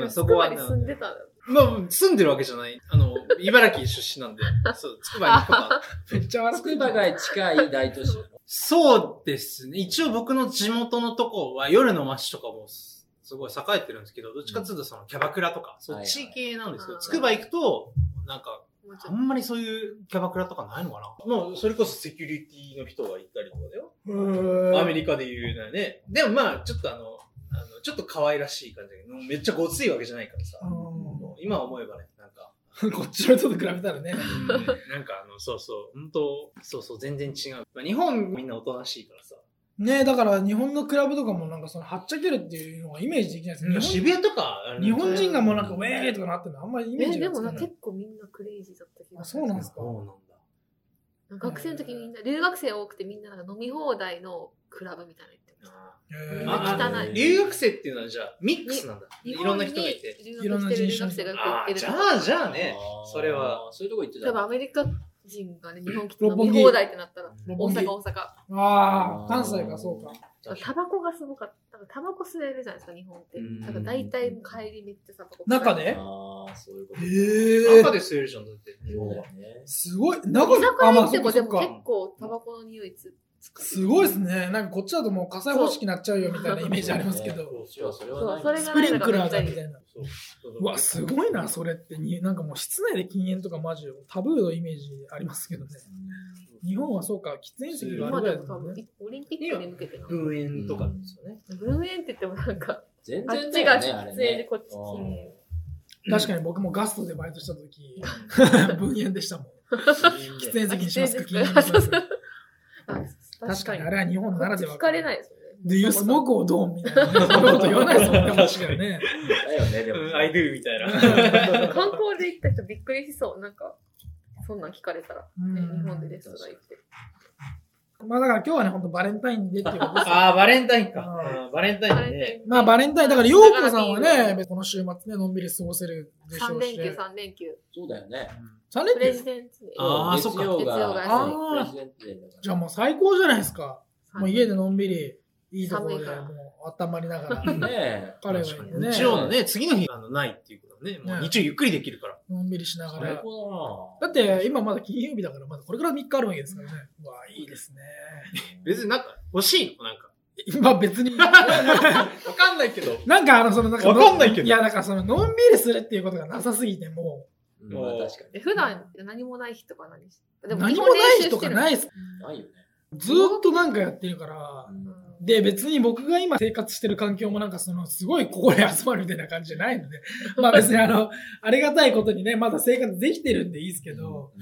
まも、あそそここはまねで住んでたんだまあ、住んでるわけじゃない。あの、茨城出 身なんで。そう、つくばに行くか。めっちゃ笑つってくんじゃばんが近い大都市なの。そうですね。一応僕の地元のとこは夜の街とかもすすごい栄えてるんですけど、どっちかっていうとそのキャバクラとか、そっち系なんですけはいど、はいつくば行くと、なんか、もうちあょっんまりそういうキャバクラとかないのかなもう、それこそセキュリティの人がいたりとかだよ。うーんアメリカで言うならね。でもまあ、ちょっとあの、あのちょっと可愛らしい感じだけど、めっちゃごついわけじゃないからさ。うもう今思えばね、なんか、んこっちの人と比べたらね。なんかあの、そうそう、本当そうそう、全然違う。まあ、日本みんなおとなしいからさ。ねだから日本のクラブとかもなんかそのはっちゃけるっていうのがイメージできないですね。日渋谷とか、あ本の日本人がもうなんかウェーとかなってるのあんまりイとメーえ、ジでがもつかな、ない。結構みんなクレイジーだった気があそうなんですかそうなんだ。なんか学生の時みんな、留学生多くてみんななんか飲み放題のクラブみたいなの行ってました。へーああ汚いあ留学生っていうのはじゃあ、ミックスなんだ。い日ろ本んなに人がいて。留学してる留学生がよく行あっあ、てるじとゃこ。あ、じゃあね。それは。そういうとこ行ってた多分の。アメリカ人がね、日本来て飲六本木み放題ってなったら、六大本木阪、大阪。ああ、関西か、そうか。タバコがすごかった。タバコ吸えるじゃないですか、日本って。うんだから大体もう帰りめっちゃタバコ。中でああ、そういうこと。ええ赤で吸えるじゃん、だって。そうだね。すごい。居中酒屋行っても、あまあそでっもかそ結っか構タバコの匂いつつく。すごいですね。なんかこっちだともう火災方式になっちゃうよみたいなイメージありますけど。こっちはそれそはなう、そい。れスがプないリのンがクラめっーちだゃいみいた。いな。うわ、すごいな、それってに。なんかもう室内で禁煙とかマジタブーのイメージありますけどね。日本はそうか、喫煙席があまるぐらあでいもだ多もん分ね。、オリンピックに向けてな。分煙とかですよね。ブルーエンって言ってもなんか、全あっ然ちだがよ喫ね、あれ煙でね。こっちう禁ん煙。確かに僕もガストでバイトした時、分煙でしたもん。 喫煙席にしますか、あ禁煙にしますか。あ確かに、あれは日本ならでは。聞かれないですよね。 Do you smoke or don't? みたいなこと言わないですもんね、確かにね。だよね、でもうん、。I do みたいな。観光で行った人びっくりしそう。なんか、そんなん聞かれたら。うんね日本でレストラン行って。まあだから今日はね、本当バレンタインデーっていうことですよああ、バレンタインか。ああーバレンタインね。まあバレンタイン、だから、よようこさんはね、この週末ね、のんびり過ごせるでしょ3うし連。休、3連休。そうだよね。三連プレ休ジデンツデー。あーそっか月曜月曜がが、休みそうあープレジデントデーだからじゃあもう最高じゃないですか。もう家でのんびり、いいところ寒でいからもう温まりながら、 ねえ。彼はいい確かよにね。日曜のね、次の日、あの、ないっていうことね。もうね日曜ゆっくりできるから。のんびりしなが最ら。高だだなって今まだ金曜日だから、まだこれから3日あるわけですからね。うわ、いいですね。 別になんか、欲しいのなんか。今別 に。わかんないけど。なんかあの、その、なんかの、わかんないけどいや、だからその、のんびりするっていうことがなさすぎて、もうんまあ確かえ普段何もない日とか何しう、で何もない日とかい。ないっす。に。ないよね。ずーっとなんかやってるからう、んで、別に僕が今生活してる環境もなんかその、すごいここで集まるみたいな感じじゃない ので、まあ別にあの、ありがたいことにね、まだ生活できてるんでいいですけど、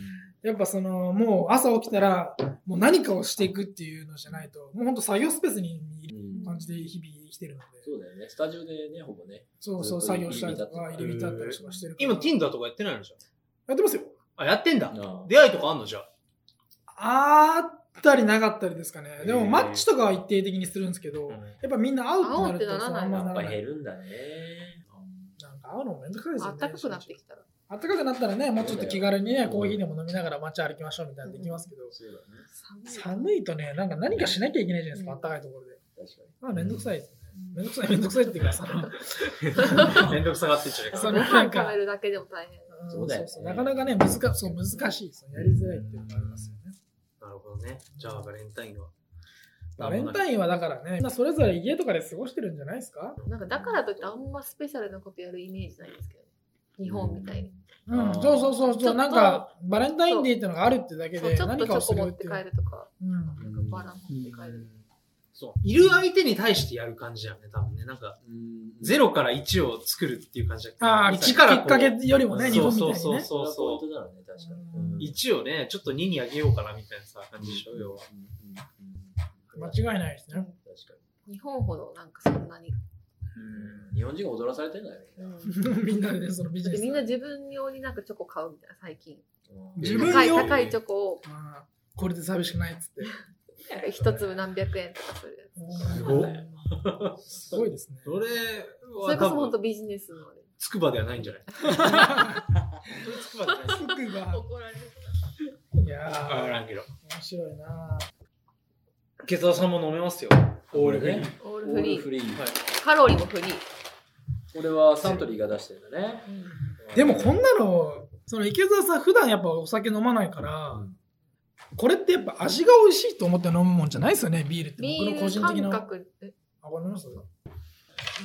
やっぱその、もう朝起きたら、もう何かをしていくっていうのじゃないと、もうほんと作業スペースにいるうん感じで日々生きてるので、そうだよね。スタジオでね、ほぼね。そうそう、ずっと作業したりとか、入入り浸り浸っったたりりとかしてるから。今、Tinder とかやってないのじゃん。やってますよ。あ、やってんだ。あ出会いとかあんのじゃあ。あったりなかったりですかね。でもへーマッチとかは一定的にするんですけど、やっぱみんな会うってなると会うってならさないあんあまやっなぱらない。減るんだね。なんか会うのもめんどくさいですあよっね。たかくなってきたら。あったかくなったらね、もうちょっと気軽にね、うんコーヒーでも飲みながら街歩きましょうみたいなのできますけど、そうだね。寒い。寒いとね、なんか何かしなきゃいけないじゃないですか、うんあったかいところで。確かに。まあめんどくさいですね。めんどくさい、めんどくさいっていうかさ、 うんめんどくさがってんじゃねえそかうな。ご飯食べるだけでも大変。んそうだよねなかなかね、難そう難しいですよ。やりづらいっていうのがありますよね。なるほどね。じゃあ、バレンタインは。バレンインタインはだからね、みんなそれぞれ家とかで過ごしてるんじゃないですかなんかだからといってあんまスペシャルなことやるイメージないんですけど、日本みたいに。うん、あーそうそうそうちょそう、っとなんか、バレンタインデーってのがあるってだけそうで、ちょっ何とチかをョすコ持るっってていう。帰るとか、うんなんかバラ持って帰る。そう。いる相手に対してやる感じだよね、多分ね。なんか、ゼロから1を作るっていう感じだけどああ、き1っからこうかけよりもね、日そ本みうたいそにうね。そうそうそそうそう。ポイントだろうね、確かうんう。に。 1をね、ちょっと2にあげようかなみたいなさ、感じでしょ、要は。間違いないですね。 確か日本ほどなんかそんなに。に。日本人が踊らされてんだよね。みんなでね、そのビジだっネス。てみんな自分用になんかチョコ買うみたいな、最近。自分高い、用高いチョコをあーこれで寂しくないっつって。一粒何百円とかするやつ。すごい。 すごい ですね。それそはれこ多そ本分、当ビジネスのあれ。つくばではないんじゃないつくばじゃないすぐが。怒られる。いやわかー、らんけど。面白いなケツワさんも飲めますよ。オールフリー。オールオーフルリフー。リー。カロリーもフリー。これはサントリーが出してるんだね。でもこんなの、その池澤さん普段やっぱお酒飲まないから、これってやっぱ味が美味しいと思って飲むもんじゃないですよね、ビールって。ビ僕の個ー人ル的感な。覚ってあ、これ飲みます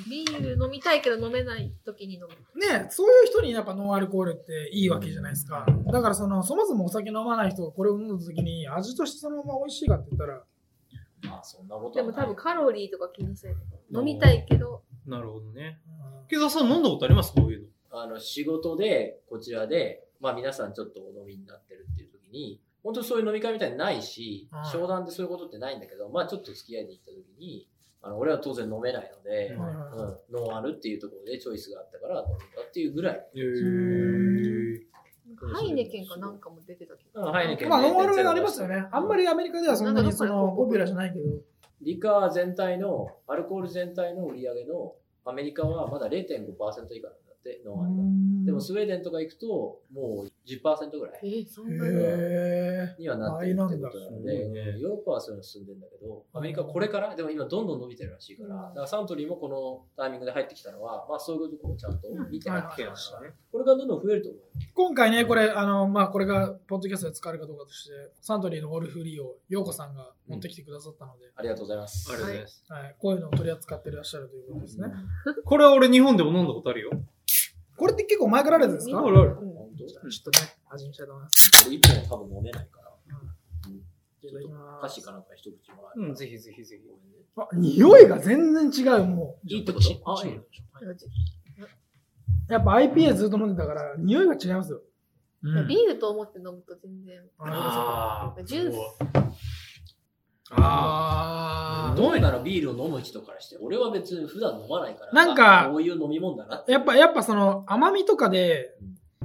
ビール飲みたいけど飲めない時に飲む。ねそういう人にやっぱノンアルコールっていいわけじゃないですか。だからその、そもそもお酒飲まない人がこれを飲んだ時に味としてそのまま美味しいかって言ったら、まあ、そんなことではもな多い分カロリーとか気にせず。飲みたいけど。なるほどね。うん池澤さん飲んだことありますこういうの。あの、仕事で、こちらで、まあ皆さんちょっとお飲みになってるっていう時に、本当にそういう飲み会みたいにないしはい、商談でそういうことってないんだけど、まあちょっと付き合いで行った時に、あの、俺は当然飲めないので、ううんん、ノンアルっていうところでチョイスがあったから飲んだっていうぐらい。へーハイネケンかなんかも出てたけど。うんハイネケンまあノンアルになりますよね。あんまりアメリカではそんななにんかそどっかでのポピュラーじゃないけど。リカー全体の、アルコール全体の売り上げの、アメリカはまだ0.5%以下なんだって、ノンアルが。でもスウェーデンとか行くと、もう10%ぐらい。えー、そんなに。へにはなってるってことなの倍なでんだすごいね、ヨーロッパはそういうの進んでんだけど、アメリカはこれから、でも今どんどん伸びてるらしいから、うんだからサントリーもこのタイミングで入ってきたのは、まあそういうところをちゃんと見てうんなはっいてケるアしたね。これがどんどん増えると思うよ。ー今回ね、これ、あの、まあ、これが、ポッドキャストで使えるかどうかとして、サントリーのオールフリーを、ようこさんが持ってきてくださったので、ありがとうございます。ありがとうございます。はい、こういうのを取り扱っていらっしゃるということですね。これは俺日本でも飲んだことあるよ。これって結構前からあるやつですかあるある。うん本当こちょっとね、味見したいと思います。れ1本多分飲めないから、いただきま歌詞すかなんか一口もらえうん、ぜひぜひぜひ。ごめんね。あ匂いが全然違う、もいいってことあ、いいのう。やっぱ IPA ずっと飲んでたから、匂いが違いますよ。うんビールと思って飲むと全然。あージュース。あどうならビールを飲む人からして、俺は別に普段飲まないから、なんかあこういう飲み物だなって。やっぱ、やっぱその、甘みとかで、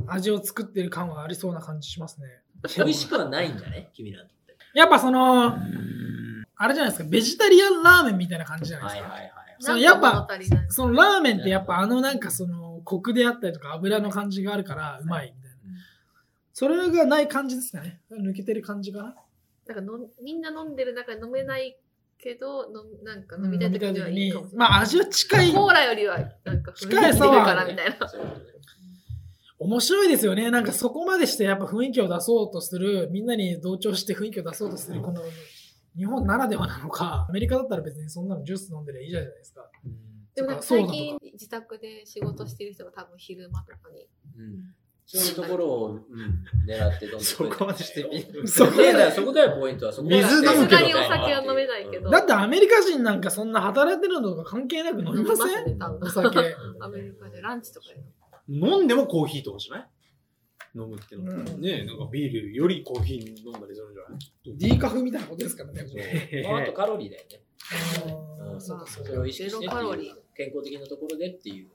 味を作ってる感はありそうな感じしますね。美味しくはないんじゃね君らにとって。やっぱその、あれじゃないですか、ベジタリアンラーメンみたいな感じじゃないですはいか。はいはい。そのやっぱなんか物足りないそのラーメンってやっぱあのなんかその、コクであったりとか油の感じがあるからうまいみたいな。それがない感じですかね。抜けてる感じかな。なんかのみんな飲んでる中で飲めないけど、のなんか飲みたい時にはいいかもしれない。まあ味は近い。コーラよりは、なんか、近いさ雰囲気出るはかなみたいな。そういうことね面白いですよね。なんかそこまでしてやっぱ雰囲気を出そうとする、みんなに同調して雰囲気を出そうとする、この日本ならではなのか、アメリカだったら別にそんなのジュース飲んでりゃいいじゃないですか。でもなんかそうだ最とか近自宅で仕事してる人が多分昼間とかに。そういうところを、うん、狙って どんどんそこまでしてビール。そこいやだからそこだよ、ポイントは。そこだよ水飲さむすけどがにお酒は飲めないけど。だってアメリカ人なんかそんな働いてるのとか関係なく飲みません飲みますねお酒。アメリカでランチとかで。 飲んでもコーヒーとかじゃない飲むってのは。うんねえ、なんかビールよりコーヒー飲んだりするんじゃない D カフみたいなことですからね。 まああとカロリーだよね。あーそうかそうかそれを意識してってゼロカロリいーう健康的なところでっていう。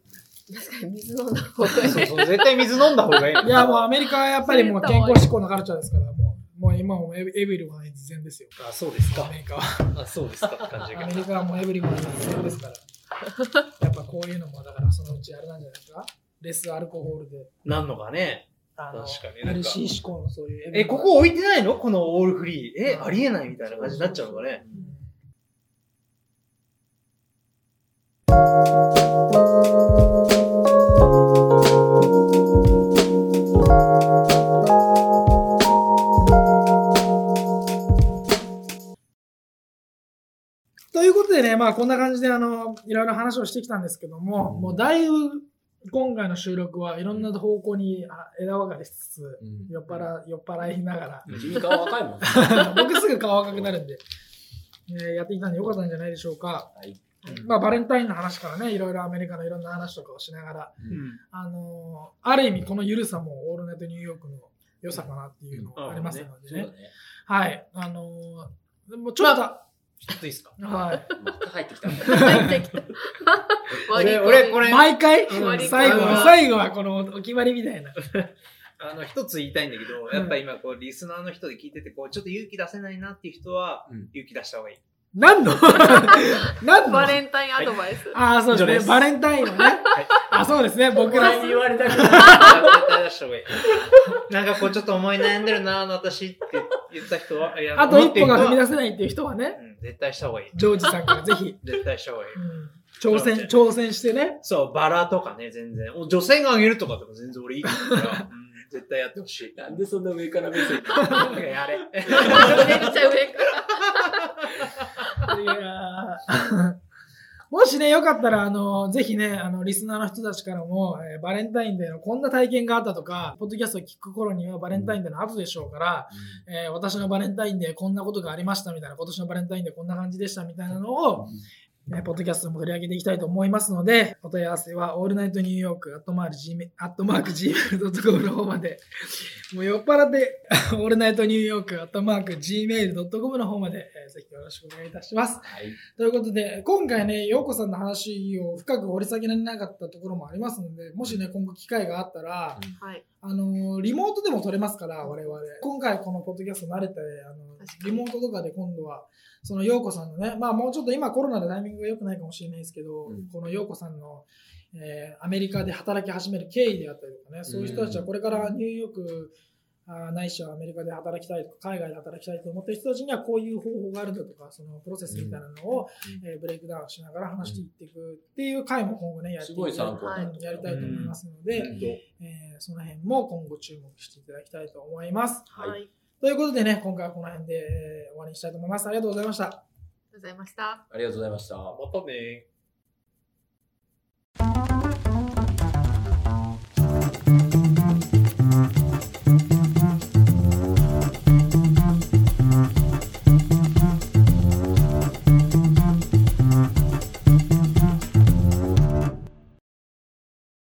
確かに水飲んだ方がいい。そうそう絶対水飲んだ方がいい。いや、もうアメリカはやっぱりもう健康志向のカルチャーですから、もう、もう今はもうエブエブリワン必然ですよ。あ、そうですアか。メリ カは。あ、そうですかって感じアがメ。リカはもうエブリワン必然 ですから。やっぱこういうのも、だからそのうちあれなんじゃないですかレスアルコホールで。なんのかね。あの、確かになんか LC 志向のそういう。え、ここ置いてないのこのオールフリー。え、ありえないみたいな感じになっちゃうのかね。ということでね、まあこんな感じであの、いろいろ話をしてきたんですけども、もうだいぶ今回の収録はいろんな方向にあ枝分かれしつつ、酔っ払、酔っ払いなが君顔若いもんね。ら、 僕すぐ顔赤くなるんで、えーやってきたんでよかったんじゃないでしょうか。はいまあバレンタインの話からね、いろいろアメリカのいろんな話とかをしながら、あのーある意味この緩さもオールナイトニューヨークの良さかなっていうのうんがありますのでそうだね。 ね。はい。あのーでもちょっと、ちょっといいですかはい。また入ってきた。入ってきた。俺、俺これ、毎回、終わり最後うは、ん最後はこのお決まりみた いな。あの、一つ言いたいんだけど、やっぱ今、こう、リスナーの人で聞いてて、こう、ちょっと勇気出せないなっていう人はうん、勇気出した方がい い。何の 何のバあレンタインアドバイス。あー、そう以上でですね。すバレンタインのね。あ、そうですね。僕ら俺に言われたくない。絶対出した方がいい。なんかこう、ちょっと思い悩んでるな、あの私って言った人は、いやあと思っ一てる人歩はが踏み出せないっていう人はね、うん、絶対した方がいい。ジョージさんからぜひ。絶対した方がいい。うん挑戦、挑戦してね。そう、バラとかね、全然。お女性があげるとかでも全然俺いいと思うから、うん絶対やってほしい。 なんでそんな上から目 線なんか やれ。めっちゃ上から。いやーもしね、よかったら、あの、ぜひね、あの、リスナーの人たちからも、えーバレンタインデーのこんな体験があったとか、ポッドキャストを聞く頃にはバレンタインデーの後でしょうから、えー私のバレンタインデーこんなことがありましたみたいな、今年のバレンタインデーこんな感じでしたみたいなのを、えーポッドキャストも取り上げていきたいと思いますので、お問い合わせは、オールナイトニューヨーク、アットマーク Gmail、アットマーク Gmail.com の方まで、もう酔っ払って、 オールナイトニューヨーク、アットマーク Gmail.com の方まで、えーぜひよろしくお願いいたします。はい。ということで、今回ね、陽子さんの話を深く掘り下げられなかったところもありますので、もしね、今後機会があったら、はい。あのー、リモートでも撮れますから、我々。今回このポッドキャスト慣れて、あの確かリにモートとかで今度は、その陽子さんのね、まあもうちょっと今コロナでタイミングが良くないかもしれないですけど、うんこの陽子さんの、えーアメリカで働き始める経緯であったりとかね、そういう人たちはこれからニューヨーク、あーないしはアメリカで働きたいとか、海外で働きたいと思ってる人たちにはこういう方法があるんだとか、そのプロセスみたいなのを、うえーブレイクダウンしながら話していっていくっていう回も今後ね、やっていきたすごい参考になるうんやりたいと思いますので、えーその辺も今後注目していただきたいと思います。はいはい。ありがとということでね、今回はこの辺でえー終わりにしたいと思います。ありがとうございました。うございました。ありがとうございました。またね